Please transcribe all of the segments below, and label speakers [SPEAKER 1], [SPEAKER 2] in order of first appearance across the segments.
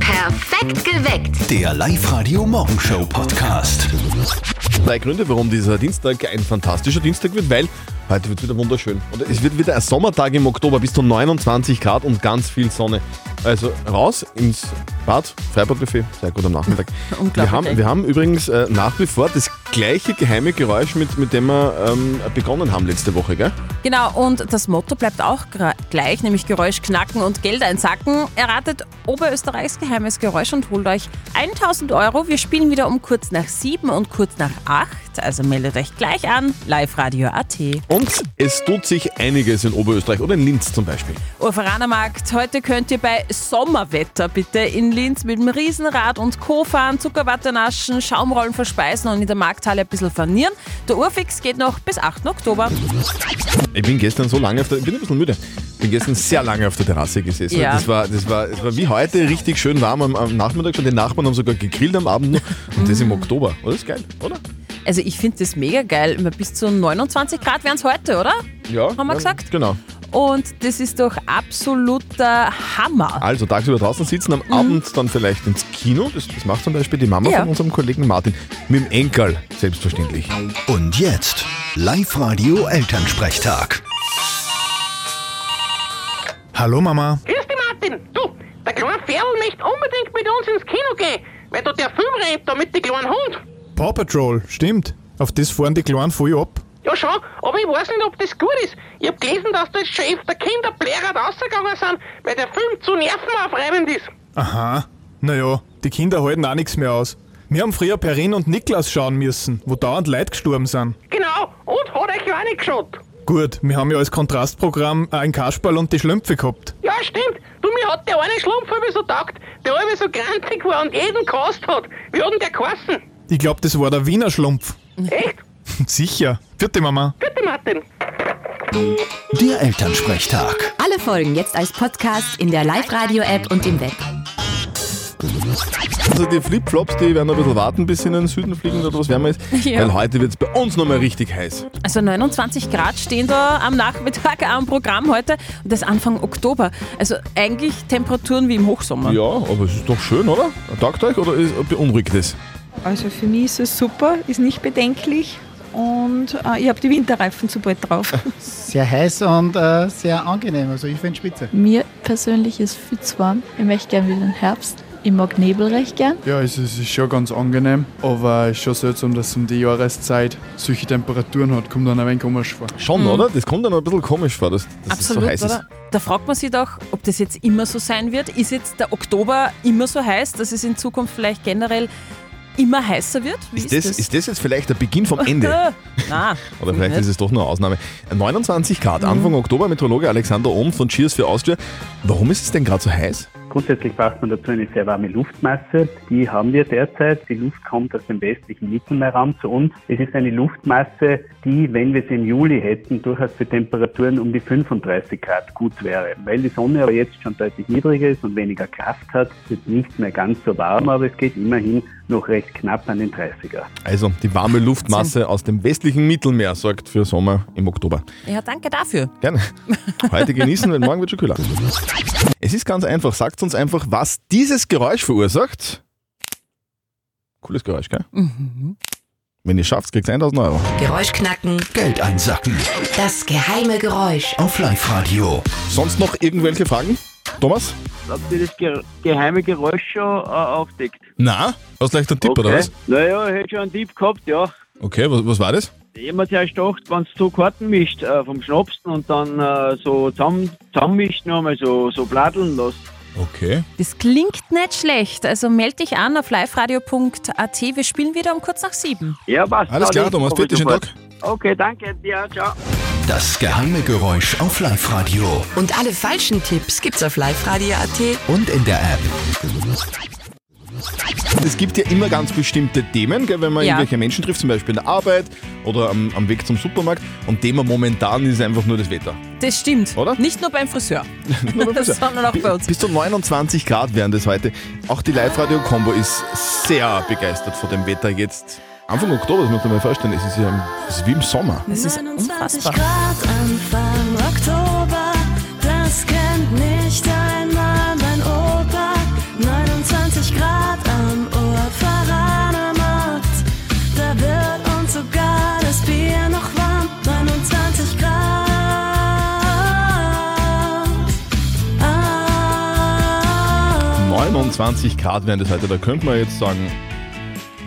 [SPEAKER 1] Perfekt geweckt.
[SPEAKER 2] Der Live-Radio-Morgenshow-Podcast.
[SPEAKER 3] drei Gründe, warum dieser Dienstag ein fantastischer Dienstag wird, weil heute wird wieder wunderschön. Und es wird wieder ein Sommertag im Oktober, bis zu 29 Grad und ganz viel Sonne. Also raus ins Bad, Freibadbuffet, sehr gut am Nachmittag. wir, haben, wir haben übrigens äh, nach wie vor das gleiche geheime Geräusch, mit, mit dem wir ähm, begonnen haben letzte Woche, gell?
[SPEAKER 4] Genau, und das Motto bleibt auch gra- gleich, nämlich Geräusch knacken und Geld einsacken. Erratet Oberösterreichs geheimes Geräusch und holt euch 1000 Euro. Wir spielen wieder um kurz nach sieben und kurz nach acht. Also meldet euch gleich an, liveradio.at.
[SPEAKER 3] Und es tut sich einiges in Oberösterreich oder in Linz zum Beispiel.
[SPEAKER 4] Urferaner Markt, heute könnt ihr bei Sommerwetter bitte in Linz mit dem Riesenrad und Co. fahren, Zuckerwatte naschen, Schaumrollen verspeisen und in der Markthalle ein bisschen flanieren. Der Urfix geht noch bis 8. Oktober.
[SPEAKER 3] Ich bin gestern so lange auf der, ich bin ein bisschen müde. Ich bin gestern sehr lange auf der Terrasse gesessen.
[SPEAKER 4] Ja.
[SPEAKER 3] Das, war, das, war, das war wie heute richtig schön warm am, am Nachmittag schon. Die Nachbarn haben sogar gegrillt am Abend noch. Und
[SPEAKER 4] Mhm.
[SPEAKER 3] das im Oktober. Oh, das ist geil, oder?
[SPEAKER 4] Also ich finde das mega geil. Immer Bis zu 29 Grad wären es heute, oder?
[SPEAKER 3] Ja.
[SPEAKER 4] Haben wir gesagt?
[SPEAKER 3] Genau.
[SPEAKER 4] Und das ist doch absoluter Hammer.
[SPEAKER 3] Also tagsüber draußen sitzen, am Abend dann vielleicht ins Kino. Das, das macht zum Beispiel die Mama
[SPEAKER 4] Mhm. Ja.
[SPEAKER 3] von unserem Kollegen Martin. Mit dem Enkel, selbstverständlich.
[SPEAKER 2] Und jetzt Live-Radio-Elternsprechtag.
[SPEAKER 5] Hallo Mama.
[SPEAKER 6] Grüß dich, Martin. Du, der kleine Ferl möchte unbedingt mit uns ins Kino gehen, weil da der Film rennt, da mit dem kleinen Hund.
[SPEAKER 5] Paw Patrol, stimmt. Auf das fahren die Kleinen voll ab.
[SPEAKER 6] Ja, schon, aber ich weiß nicht, ob das gut ist. Ich hab gelesen, dass da jetzt schon öfter Kinder blärert rausgegangen sind, weil der Film zu nervenaufreibend ist.
[SPEAKER 5] Aha. Naja, die Kinder halten auch nichts mehr aus. Wir haben früher Perrin und Niklas schauen müssen, wo dauernd Leute gestorben sind.
[SPEAKER 6] Genau, und hat euch ja auch nicht geschaut.
[SPEAKER 5] Gut, wir haben ja als Kontrastprogramm auch ein Kasperl und die Schlümpfe gehabt.
[SPEAKER 6] Ja, stimmt. Du, mir hat der eine Schlumpfhöbel so taugt, der halbe so grantig war und jeden gehasst hat. Wie hat denn der geheißen?
[SPEAKER 5] Ich glaube, das war der Wiener Schlumpf.
[SPEAKER 6] Echt?
[SPEAKER 5] Sicher. Vierte Mama.
[SPEAKER 6] Bitte, Martin.
[SPEAKER 2] Der Elternsprechtag.
[SPEAKER 7] Alle Folgen jetzt als Podcast in der Live-Radio-App und im Web.
[SPEAKER 3] Also die Flipflops, die werden ein bisschen warten, bis sie in den Süden fliegen oder was wärmer ist.
[SPEAKER 4] Ja.
[SPEAKER 3] Weil heute wird es bei uns nochmal richtig heiß.
[SPEAKER 4] Also 29 Grad stehen da am Nachmittag am Programm heute und das Anfang Oktober. Also eigentlich Temperaturen wie im Hochsommer.
[SPEAKER 3] Ja, aber es ist doch schön, oder? Taugt euch oder ist- beunruhigt es?
[SPEAKER 8] Also für mich ist es super, ist nicht bedenklich und äh, ich habe die Winterreifen zu bald drauf.
[SPEAKER 9] sehr heiß und äh, sehr angenehm. Also ich finde spitze.
[SPEAKER 10] Mir persönlich ist viel zu warm. Ich möchte gern wieder den Herbst. Ich mag Nebel recht gern.
[SPEAKER 11] Ja, es ist, es ist schon ganz angenehm, aber es ist schon seltsam, dass um die Jahreszeit solche Temperaturen hat, kommt dann ein wenig komisch vor.
[SPEAKER 3] Schon, oder? Das kommt dann ein bisschen komisch vor, dass, dass
[SPEAKER 4] Mhm. Absolut,
[SPEAKER 3] es so heiß ist.
[SPEAKER 4] oder? Da fragt man sich doch, ob das jetzt immer so sein wird. Ist jetzt der Oktober immer so heiß, dass es in Zukunft vielleicht generell immer heißer wird? Wie ist,
[SPEAKER 3] Ist das,
[SPEAKER 4] das?
[SPEAKER 3] ist das jetzt vielleicht der Beginn vom Ende?
[SPEAKER 4] Äh, Na,
[SPEAKER 3] Oder vielleicht ist es doch nur eine Ausnahme. 29 Grad,
[SPEAKER 4] Mhm.
[SPEAKER 3] Anfang Oktober, Meteorologe Alexander Ohm von Cheers für Austria. Warum ist es denn gerade so heiß?
[SPEAKER 11] Grundsätzlich braucht man dazu eine sehr warme Luftmasse. Die haben wir derzeit. Die Luft kommt aus dem westlichen Mittelmeerraum zu uns. Es ist eine Luftmasse, die, wenn wir sie im Juli hätten, durchaus für Temperaturen um die 35 Grad gut wäre. Weil die Sonne aber jetzt schon deutlich niedriger ist und weniger Kraft hat, wird nicht mehr ganz so warm, aber es geht immerhin noch recht knapp an den 30er.
[SPEAKER 3] Also, die warme Luftmasse aus dem westlichen Mittelmeer sorgt für Sommer im Oktober.
[SPEAKER 4] ja, danke dafür.
[SPEAKER 3] Gerne. Heute genießen, weil morgen wird schon kühler. Es ist ganz einfach. Sagt uns einfach, was dieses Geräusch verursacht. Cooles Geräusch, gell? Wenn ihr schafft, kriegt 1000 Euro.
[SPEAKER 7] Geräusch knacken,
[SPEAKER 2] Geld einsacken.
[SPEAKER 7] das geheime Geräusch.
[SPEAKER 2] Auf Live-Radio.
[SPEAKER 3] Sonst noch irgendwelche Fragen? Thomas?
[SPEAKER 11] Habt ihr das geheime Geräusch schon äh, aufdeckt?
[SPEAKER 3] Na, hast du leicht einen Tipp oder was?
[SPEAKER 11] Naja, ich hätte schon einen Tipp gehabt, ja.
[SPEAKER 3] Okay, was, was war das?
[SPEAKER 11] Ich hab mir zuerst gedacht, wenn du so Karten mischt äh, vom Schnapsen und dann äh, so zusammen, zusammenmischt nochmal, so, so bladeln lässt.
[SPEAKER 3] Okay.
[SPEAKER 4] Das klingt nicht schlecht. Also melde dich an auf liveradio.at. Wir spielen wieder um kurz nach sieben.
[SPEAKER 11] Ja, passt.
[SPEAKER 3] Alles klar,
[SPEAKER 11] Dann
[SPEAKER 3] Thomas,
[SPEAKER 11] mach ich
[SPEAKER 3] bitte schön,
[SPEAKER 11] sofort.
[SPEAKER 3] Doc.
[SPEAKER 11] Okay, danke dir, ciao.
[SPEAKER 2] Das geheime Geräusch auf Live-Radio.
[SPEAKER 7] Und alle falschen Tipps gibt's auf liveradio.at.
[SPEAKER 2] Und in der App.
[SPEAKER 3] Es gibt ja immer ganz bestimmte Themen, gell, wenn man
[SPEAKER 4] Ja.
[SPEAKER 3] irgendwelche Menschen trifft, zum Beispiel in der Arbeit oder am, am Weg zum Supermarkt. Und Thema momentan ist einfach nur das Wetter.
[SPEAKER 4] Das stimmt.
[SPEAKER 3] Oder?
[SPEAKER 4] Nicht nur beim Friseur,
[SPEAKER 3] Nur beim Friseur.
[SPEAKER 4] sondern auch bei uns.
[SPEAKER 3] Bis zu 29 Grad wären das heute. Auch die Live-Radio-Kombo ist sehr begeistert von dem Wetter jetzt. Anfang Oktober, das muss man mal vorstellen, es ist, ja, es ist wie im Sommer.
[SPEAKER 4] Das ist unfassbar.
[SPEAKER 10] Grad Anfang Oktober, das kennt nicht einmal mein Opa. 29
[SPEAKER 3] 27 Grad wären das heute. Da könnte man jetzt sagen,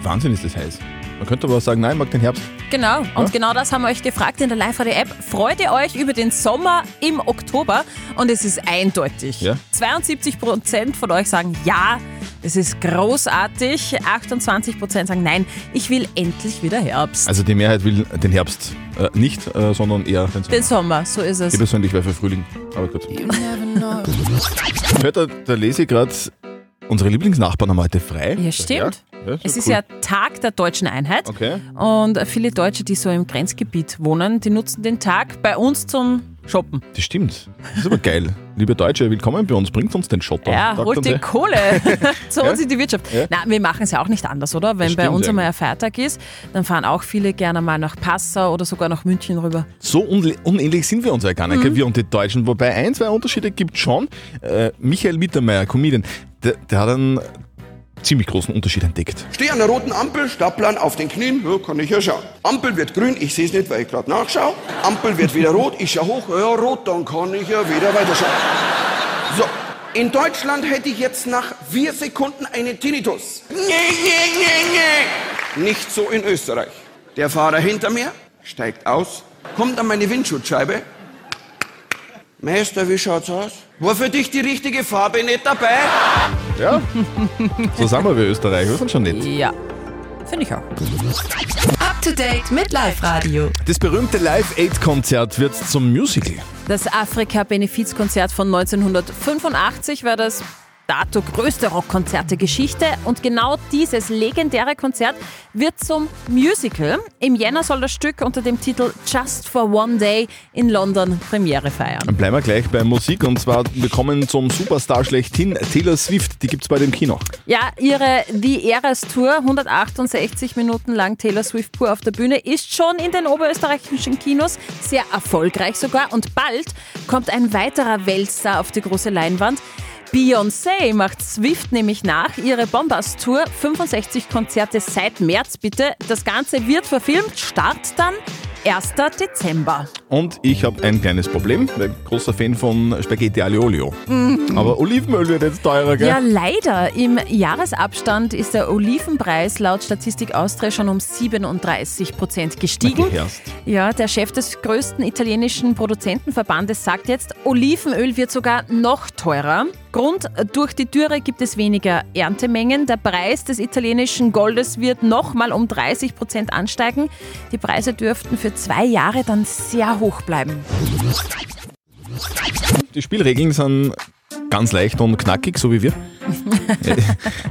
[SPEAKER 3] Wahnsinn ist das heiß. Man könnte aber auch sagen, nein, ich mag den Herbst.
[SPEAKER 4] Genau, und genau das haben wir euch gefragt in der Live-Radio-App. Freut ihr euch über den Sommer im Oktober? Und es ist eindeutig.
[SPEAKER 3] Ja.
[SPEAKER 4] 72% von euch sagen ja, das ist großartig. 28% sagen nein, ich will endlich wieder Herbst.
[SPEAKER 3] Also die Mehrheit will den Herbst äh, nicht, äh, sondern eher den Sommer.
[SPEAKER 4] den Sommer, so ist es.
[SPEAKER 3] Ich persönlich wäre für Frühling, aber gut. Vetter, da lese ich gerade, unsere Lieblingsnachbarn haben heute frei.
[SPEAKER 4] Ja, stimmt.
[SPEAKER 3] Ja,
[SPEAKER 4] Es ist
[SPEAKER 3] cool.
[SPEAKER 4] ja Tag der deutschen Einheit.
[SPEAKER 3] Okay.
[SPEAKER 4] Und viele Deutsche, die so im Grenzgebiet wohnen, die nutzen den Tag bei uns zum Shoppen.
[SPEAKER 3] Das stimmt. Das ist aber geil. Liebe Deutsche, willkommen bei uns. Bringt uns den Schotter.
[SPEAKER 4] Ja,
[SPEAKER 3] Sagt
[SPEAKER 4] holt
[SPEAKER 3] uns,
[SPEAKER 4] die
[SPEAKER 3] ey,
[SPEAKER 4] Kohle zu uns in die Wirtschaft.
[SPEAKER 3] Ja.
[SPEAKER 4] Na, wir machen es ja auch nicht anders, oder? Wenn
[SPEAKER 3] Das
[SPEAKER 4] bei
[SPEAKER 3] stimmt
[SPEAKER 4] uns einmal ein Feiertag ist, dann fahren auch viele gerne mal nach Passau oder sogar nach München rüber.
[SPEAKER 3] So unle- unähnlich sind wir uns ja gar nicht,
[SPEAKER 4] Mhm.
[SPEAKER 3] gell, wir und die Deutschen. Wobei ein, zwei Unterschiede gibt schon. Äh, Michael Mittermeier, Comedian, der, der hat einen ziemlich großen Unterschied entdeckt.
[SPEAKER 1] Stehe an der roten Ampel, Stapeln auf den Knien, ja, kann ich ja schauen. Ampel wird grün, ich sehe es nicht, weil ich gerade nachschaue. Ampel wird wieder rot, ich schaue hoch, ja, rot, dann kann ich ja wieder weiterschauen. So, in Deutschland hätte ich jetzt nach vier Sekunden einen Tinnitus. Nee, nee, nee, nee. Nicht so in Österreich. Der Fahrer hinter mir steigt aus, kommt an meine Windschutzscheibe. Meister, wie schaut's aus? War für dich die richtige Farbe nicht dabei?
[SPEAKER 3] Ja. So sagen wir wir Österreicher, wir sind schon nett.
[SPEAKER 4] Ja, finde ich auch.
[SPEAKER 7] Up to date mit Live Radio.
[SPEAKER 3] Das berühmte Live-Aid-Konzert wird zum Musical.
[SPEAKER 4] Das Afrika-Benefizkonzert von 1985 war das dato größte Rockkonzert der Geschichte und genau dieses legendäre Konzert wird zum Musical. Im Jänner soll das Stück unter dem Titel Just for One Day in London Premiere feiern.
[SPEAKER 3] Dann bleiben wir gleich bei Musik und zwar wir kommen zum Superstar schlechthin Taylor Swift. Die gibt's bei dem Kino.
[SPEAKER 4] Ja, ihre The Eras Tour, 168 Minuten lang Taylor Swift pur auf der Bühne, ist schon in den oberösterreichischen Kinos sehr erfolgreich sogar und bald kommt ein weiterer Weltstar auf die große Leinwand. Beyoncé macht Swift nämlich nach, ihre Bombast-Tour, 65 Konzerte seit März bitte. Das Ganze wird verfilmt, Start dann 1. Dezember.
[SPEAKER 3] Und ich habe ein kleines Problem, weil großer Fan von Spaghetti Aliolio. Aber Olivenöl wird jetzt teurer, gell?
[SPEAKER 4] Mhm. Ja, leider. Im Jahresabstand ist der Olivenpreis laut Statistik Austria schon um 37 Prozent gestiegen.
[SPEAKER 3] Na, gehörst.
[SPEAKER 4] Ja, der Chef des größten italienischen Produzentenverbandes sagt jetzt, Olivenöl wird sogar noch teurer. Grund, durch die Dürre gibt es weniger Erntemengen. Der Preis des italienischen Goldes wird nochmal um 30 Prozent ansteigen. Die Preise dürften für zwei Jahre dann sehr hoch bleiben.
[SPEAKER 3] Die Spielregeln sind ganz leicht und knackig, so wie wir.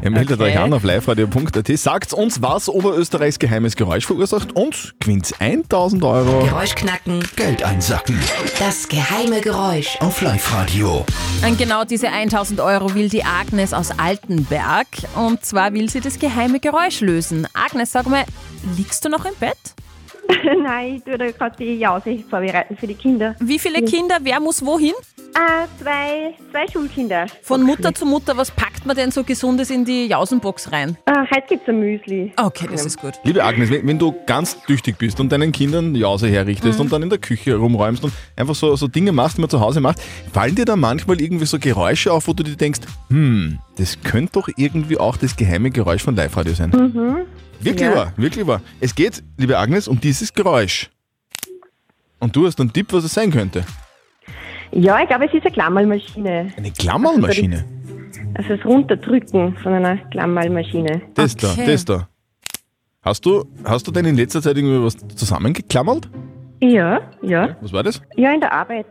[SPEAKER 3] Ihr meldet
[SPEAKER 4] Okay.
[SPEAKER 3] euch an auf liveradio.at, sagt uns, was Oberösterreichs geheimes Geräusch verursacht und gewinnt 1000 Euro.
[SPEAKER 7] Geräuschknacken.
[SPEAKER 2] Geld einsacken.
[SPEAKER 7] Das geheime Geräusch.
[SPEAKER 2] Auf Live-Radio.
[SPEAKER 4] An genau diese 1000 Euro will die Agnes aus Altenberg. Und zwar will sie das geheime Geräusch lösen. Agnes, sag mal, liegst du noch im Bett?
[SPEAKER 12] Nein, ich tue da gerade die Jause vorbereiten für die Kinder.
[SPEAKER 4] Wie viele Kinder? Wer muss wohin?
[SPEAKER 12] Ah, zwei, zwei Schulkinder.
[SPEAKER 4] Von Mutter zu Mutter, was packt man denn so Gesundes in die Jausenbox rein?
[SPEAKER 12] Ah, heute gibt es ein Müsli.
[SPEAKER 4] Okay, das ist gut.
[SPEAKER 3] Liebe Agnes, wenn, wenn du ganz tüchtig bist und deinen Kindern Jause herrichtest
[SPEAKER 4] Mhm.
[SPEAKER 3] und dann in der Küche rumräumst und einfach so, so Dinge machst, die man zu Hause macht, fallen dir da manchmal irgendwie so Geräusche auf, wo du dir denkst, hm, das könnte doch irgendwie auch das geheime Geräusch von Live-Radio sein.
[SPEAKER 12] Mhm.
[SPEAKER 3] Wirklich
[SPEAKER 12] Ja.
[SPEAKER 3] wahr, wirklich wahr. Es geht, liebe Agnes, um dieses Geräusch. Und du hast einen Tipp, was es sein könnte.
[SPEAKER 12] Ja, ich glaube, es ist eine Klammermaschine.
[SPEAKER 3] Eine Klammermaschine.
[SPEAKER 12] Also das Runterdrücken von einer Klammermaschine.
[SPEAKER 3] Das da, das da. Hast du, hast du denn in letzter Zeit irgendwie was zusammengeklammert?
[SPEAKER 12] Ja, ja.
[SPEAKER 3] Was war das?
[SPEAKER 12] Ja, in der Arbeit.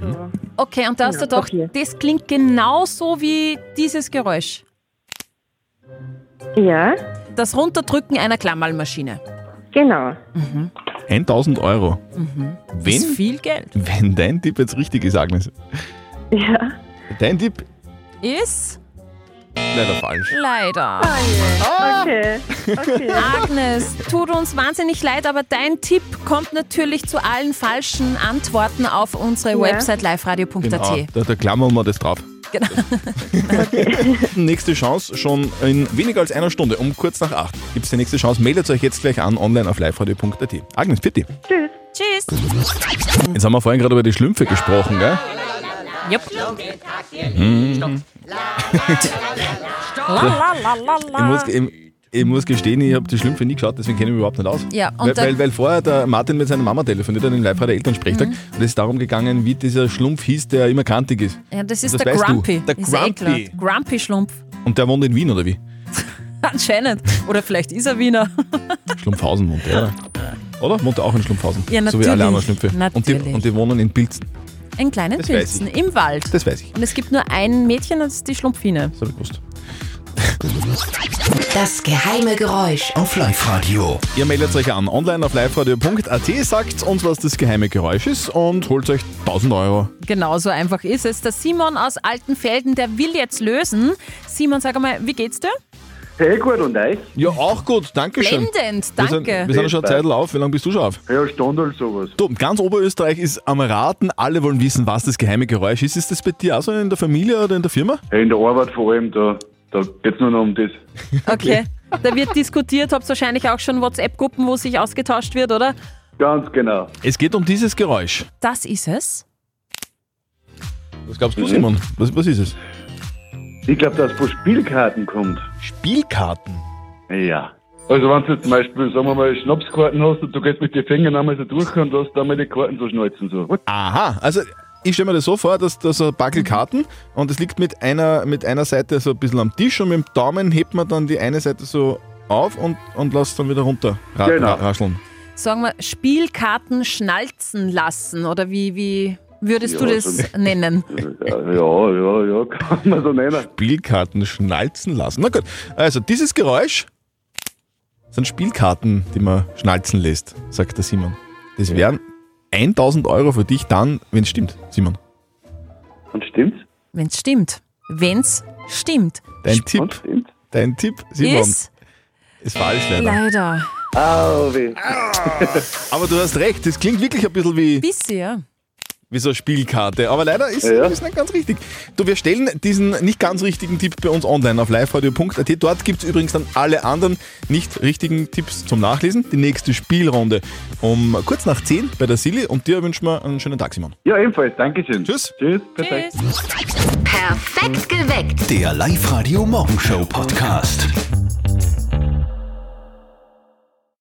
[SPEAKER 12] So.
[SPEAKER 4] Okay, und da hast
[SPEAKER 12] Ja,
[SPEAKER 4] du doch, das klingt genauso wie dieses Geräusch.
[SPEAKER 12] Ja.
[SPEAKER 4] Das Runterdrücken einer Klammermaschine.
[SPEAKER 12] Genau.
[SPEAKER 3] 1000 Euro. Wen?
[SPEAKER 4] Mhm. Das ist viel Geld.
[SPEAKER 3] Wenn dein Tipp jetzt richtig ist, Agnes.
[SPEAKER 12] Ja.
[SPEAKER 3] Dein Tipp
[SPEAKER 4] Ist
[SPEAKER 3] leider falsch.
[SPEAKER 4] leider.
[SPEAKER 12] Okay. okay.
[SPEAKER 4] Agnes, tut uns wahnsinnig leid, aber dein Tipp kommt natürlich zu allen falschen Antworten auf unsere
[SPEAKER 12] Ja.
[SPEAKER 4] Website liveradio.at.
[SPEAKER 3] Genau, da, da klammern wir das drauf.
[SPEAKER 4] Genau.
[SPEAKER 3] nächste Chance schon in weniger als einer Stunde, um kurz nach acht gibt es die nächste Chance. Meldet euch jetzt gleich an, online auf liveradio.at. Agnes, bitte.
[SPEAKER 12] Tschüss.
[SPEAKER 4] Tschüss.
[SPEAKER 3] Jetzt haben wir vorhin gerade über die Schlümpfe gesprochen, gell?
[SPEAKER 4] Jupp.
[SPEAKER 3] Hm.
[SPEAKER 4] La, la, la, la,
[SPEAKER 3] Ich
[SPEAKER 4] la.
[SPEAKER 3] muss, ich, ich muss gestehen, ich habe die Schlümpfe nie geschaut, deswegen kenne ich mich überhaupt nicht aus.
[SPEAKER 4] Ja, und
[SPEAKER 3] weil,
[SPEAKER 4] dann-
[SPEAKER 3] weil, weil vorher der Martin mit seiner Mama telefoniert hat, den live der Elternsprechtag.
[SPEAKER 4] Mhm.
[SPEAKER 3] Und es ist darum gegangen, wie dieser Schlumpf hieß, der immer kantig ist.
[SPEAKER 4] Ja, das ist
[SPEAKER 3] Und
[SPEAKER 4] der
[SPEAKER 3] weißt
[SPEAKER 4] Grumpy.
[SPEAKER 3] Du. Der
[SPEAKER 4] Ist eh
[SPEAKER 3] Grumpy.
[SPEAKER 4] ekelhaft. Grumpy-Schlumpf.
[SPEAKER 3] Und der wohnt in Wien, oder wie?
[SPEAKER 4] Anscheinend. Oder vielleicht ist er Wiener.
[SPEAKER 3] Schlumpfhausen wohnt der, oder? Oder? Wohnt er auch in Schlumpfhausen?
[SPEAKER 4] Ja,
[SPEAKER 3] So wie alle
[SPEAKER 4] natürlich.
[SPEAKER 3] anderen Schlümpfe. Und die,
[SPEAKER 4] Natürlich.
[SPEAKER 3] und die wohnen in Pilzen.
[SPEAKER 4] In kleinen
[SPEAKER 3] Das weiß
[SPEAKER 4] Pilzen, im Wald.
[SPEAKER 3] Das weiß ich.
[SPEAKER 4] Und es gibt nur ein Mädchen, das ist die Schlumpfine.
[SPEAKER 3] Das habe ich gewusst.
[SPEAKER 7] Das geheime Geräusch.
[SPEAKER 2] Auf Live-Radio.
[SPEAKER 3] Ihr meldet euch an online auf liveradio.at, sagt uns, was das geheime Geräusch ist und holt euch 1000 Euro.
[SPEAKER 4] Genau, so einfach ist es. Der Simon aus Altenfelden, der will jetzt lösen. Simon, sag einmal, wie geht's dir?
[SPEAKER 13] Sehr gut und euch?
[SPEAKER 3] Ja, auch gut, danke schön.
[SPEAKER 4] Blendend,
[SPEAKER 3] Wir
[SPEAKER 4] danke.
[SPEAKER 3] sind, wir sind schon eine Zeit auf. Wie lange bist du schon auf?
[SPEAKER 13] Ja, Standard sowas.
[SPEAKER 3] Du, ganz Oberösterreich ist am Raten. Alle wollen wissen, was das geheime Geräusch ist. Ist das bei dir auch so in der Familie oder in der Firma?
[SPEAKER 13] Ja, In der Arbeit vor allem, da, da geht es nur noch um das.
[SPEAKER 4] Okay. Da wird diskutiert, habt wahrscheinlich auch schon WhatsApp-Gruppen, wo sich ausgetauscht wird, oder?
[SPEAKER 13] Ganz genau.
[SPEAKER 3] Es geht um dieses Geräusch.
[SPEAKER 4] Das ist es.
[SPEAKER 3] Was glaubst du, Simon? Was, was ist es?
[SPEAKER 13] Ich glaube, dass es von Spielkarten kommt.
[SPEAKER 3] Spielkarten?
[SPEAKER 13] Ja. Also wenn du jetzt zum Beispiel, sagen wir mal, Schnapskarten hast und du gehst mit den Fingern einmal so durch und lässt einmal die Karten so schnalzen. So.
[SPEAKER 3] Aha, also ich stelle mir das so vor, dass da so ein Backel Karten und es liegt mit einer, mit einer Seite so ein bisschen am Tisch und mit dem Daumen hebt man dann die eine Seite so auf und, und lässt dann wieder runter ra
[SPEAKER 13] Genau.
[SPEAKER 3] ra rascheln.
[SPEAKER 4] Sagen wir, Spielkarten schnalzen lassen, oder wie, wie würdest
[SPEAKER 13] Ja,
[SPEAKER 4] du das
[SPEAKER 13] so-
[SPEAKER 4] nennen?
[SPEAKER 13] Ja, ja, ja, ja, kann man so nennen.
[SPEAKER 3] Spielkarten schnalzen lassen. Na gut, also dieses Geräusch sind Spielkarten, die man schnalzen lässt, sagt der Simon. Das wären 1000 Euro für dich dann, wenn es stimmt, Simon.
[SPEAKER 13] Und stimmt's?
[SPEAKER 4] Wenn's stimmt. Wenn's stimmt.
[SPEAKER 3] Dein Tipp, dein Tipp, Simon,
[SPEAKER 4] Ist
[SPEAKER 3] ist falsch leider.
[SPEAKER 4] leider.
[SPEAKER 13] Au, weh.
[SPEAKER 3] Aber du hast recht, das klingt wirklich ein bisschen wie...
[SPEAKER 4] Bisher.
[SPEAKER 3] wie so eine Spielkarte. Aber leider ist
[SPEAKER 13] Ja, ja.
[SPEAKER 3] ist nicht ganz richtig. Du, wir stellen diesen nicht ganz richtigen Tipp bei uns online auf liveradio.at. Dort gibt es übrigens dann alle anderen nicht richtigen Tipps zum Nachlesen. Die nächste Spielrunde um kurz nach 10 bei der Silly. Und dir wünschen wir einen schönen Tag, Simon.
[SPEAKER 13] Ja, ebenfalls. Dankeschön.
[SPEAKER 3] Tschüss.
[SPEAKER 13] Tschüss. Perfekt.
[SPEAKER 7] Perfekt geweckt.
[SPEAKER 2] Der Live-Radio Morgenshow Podcast.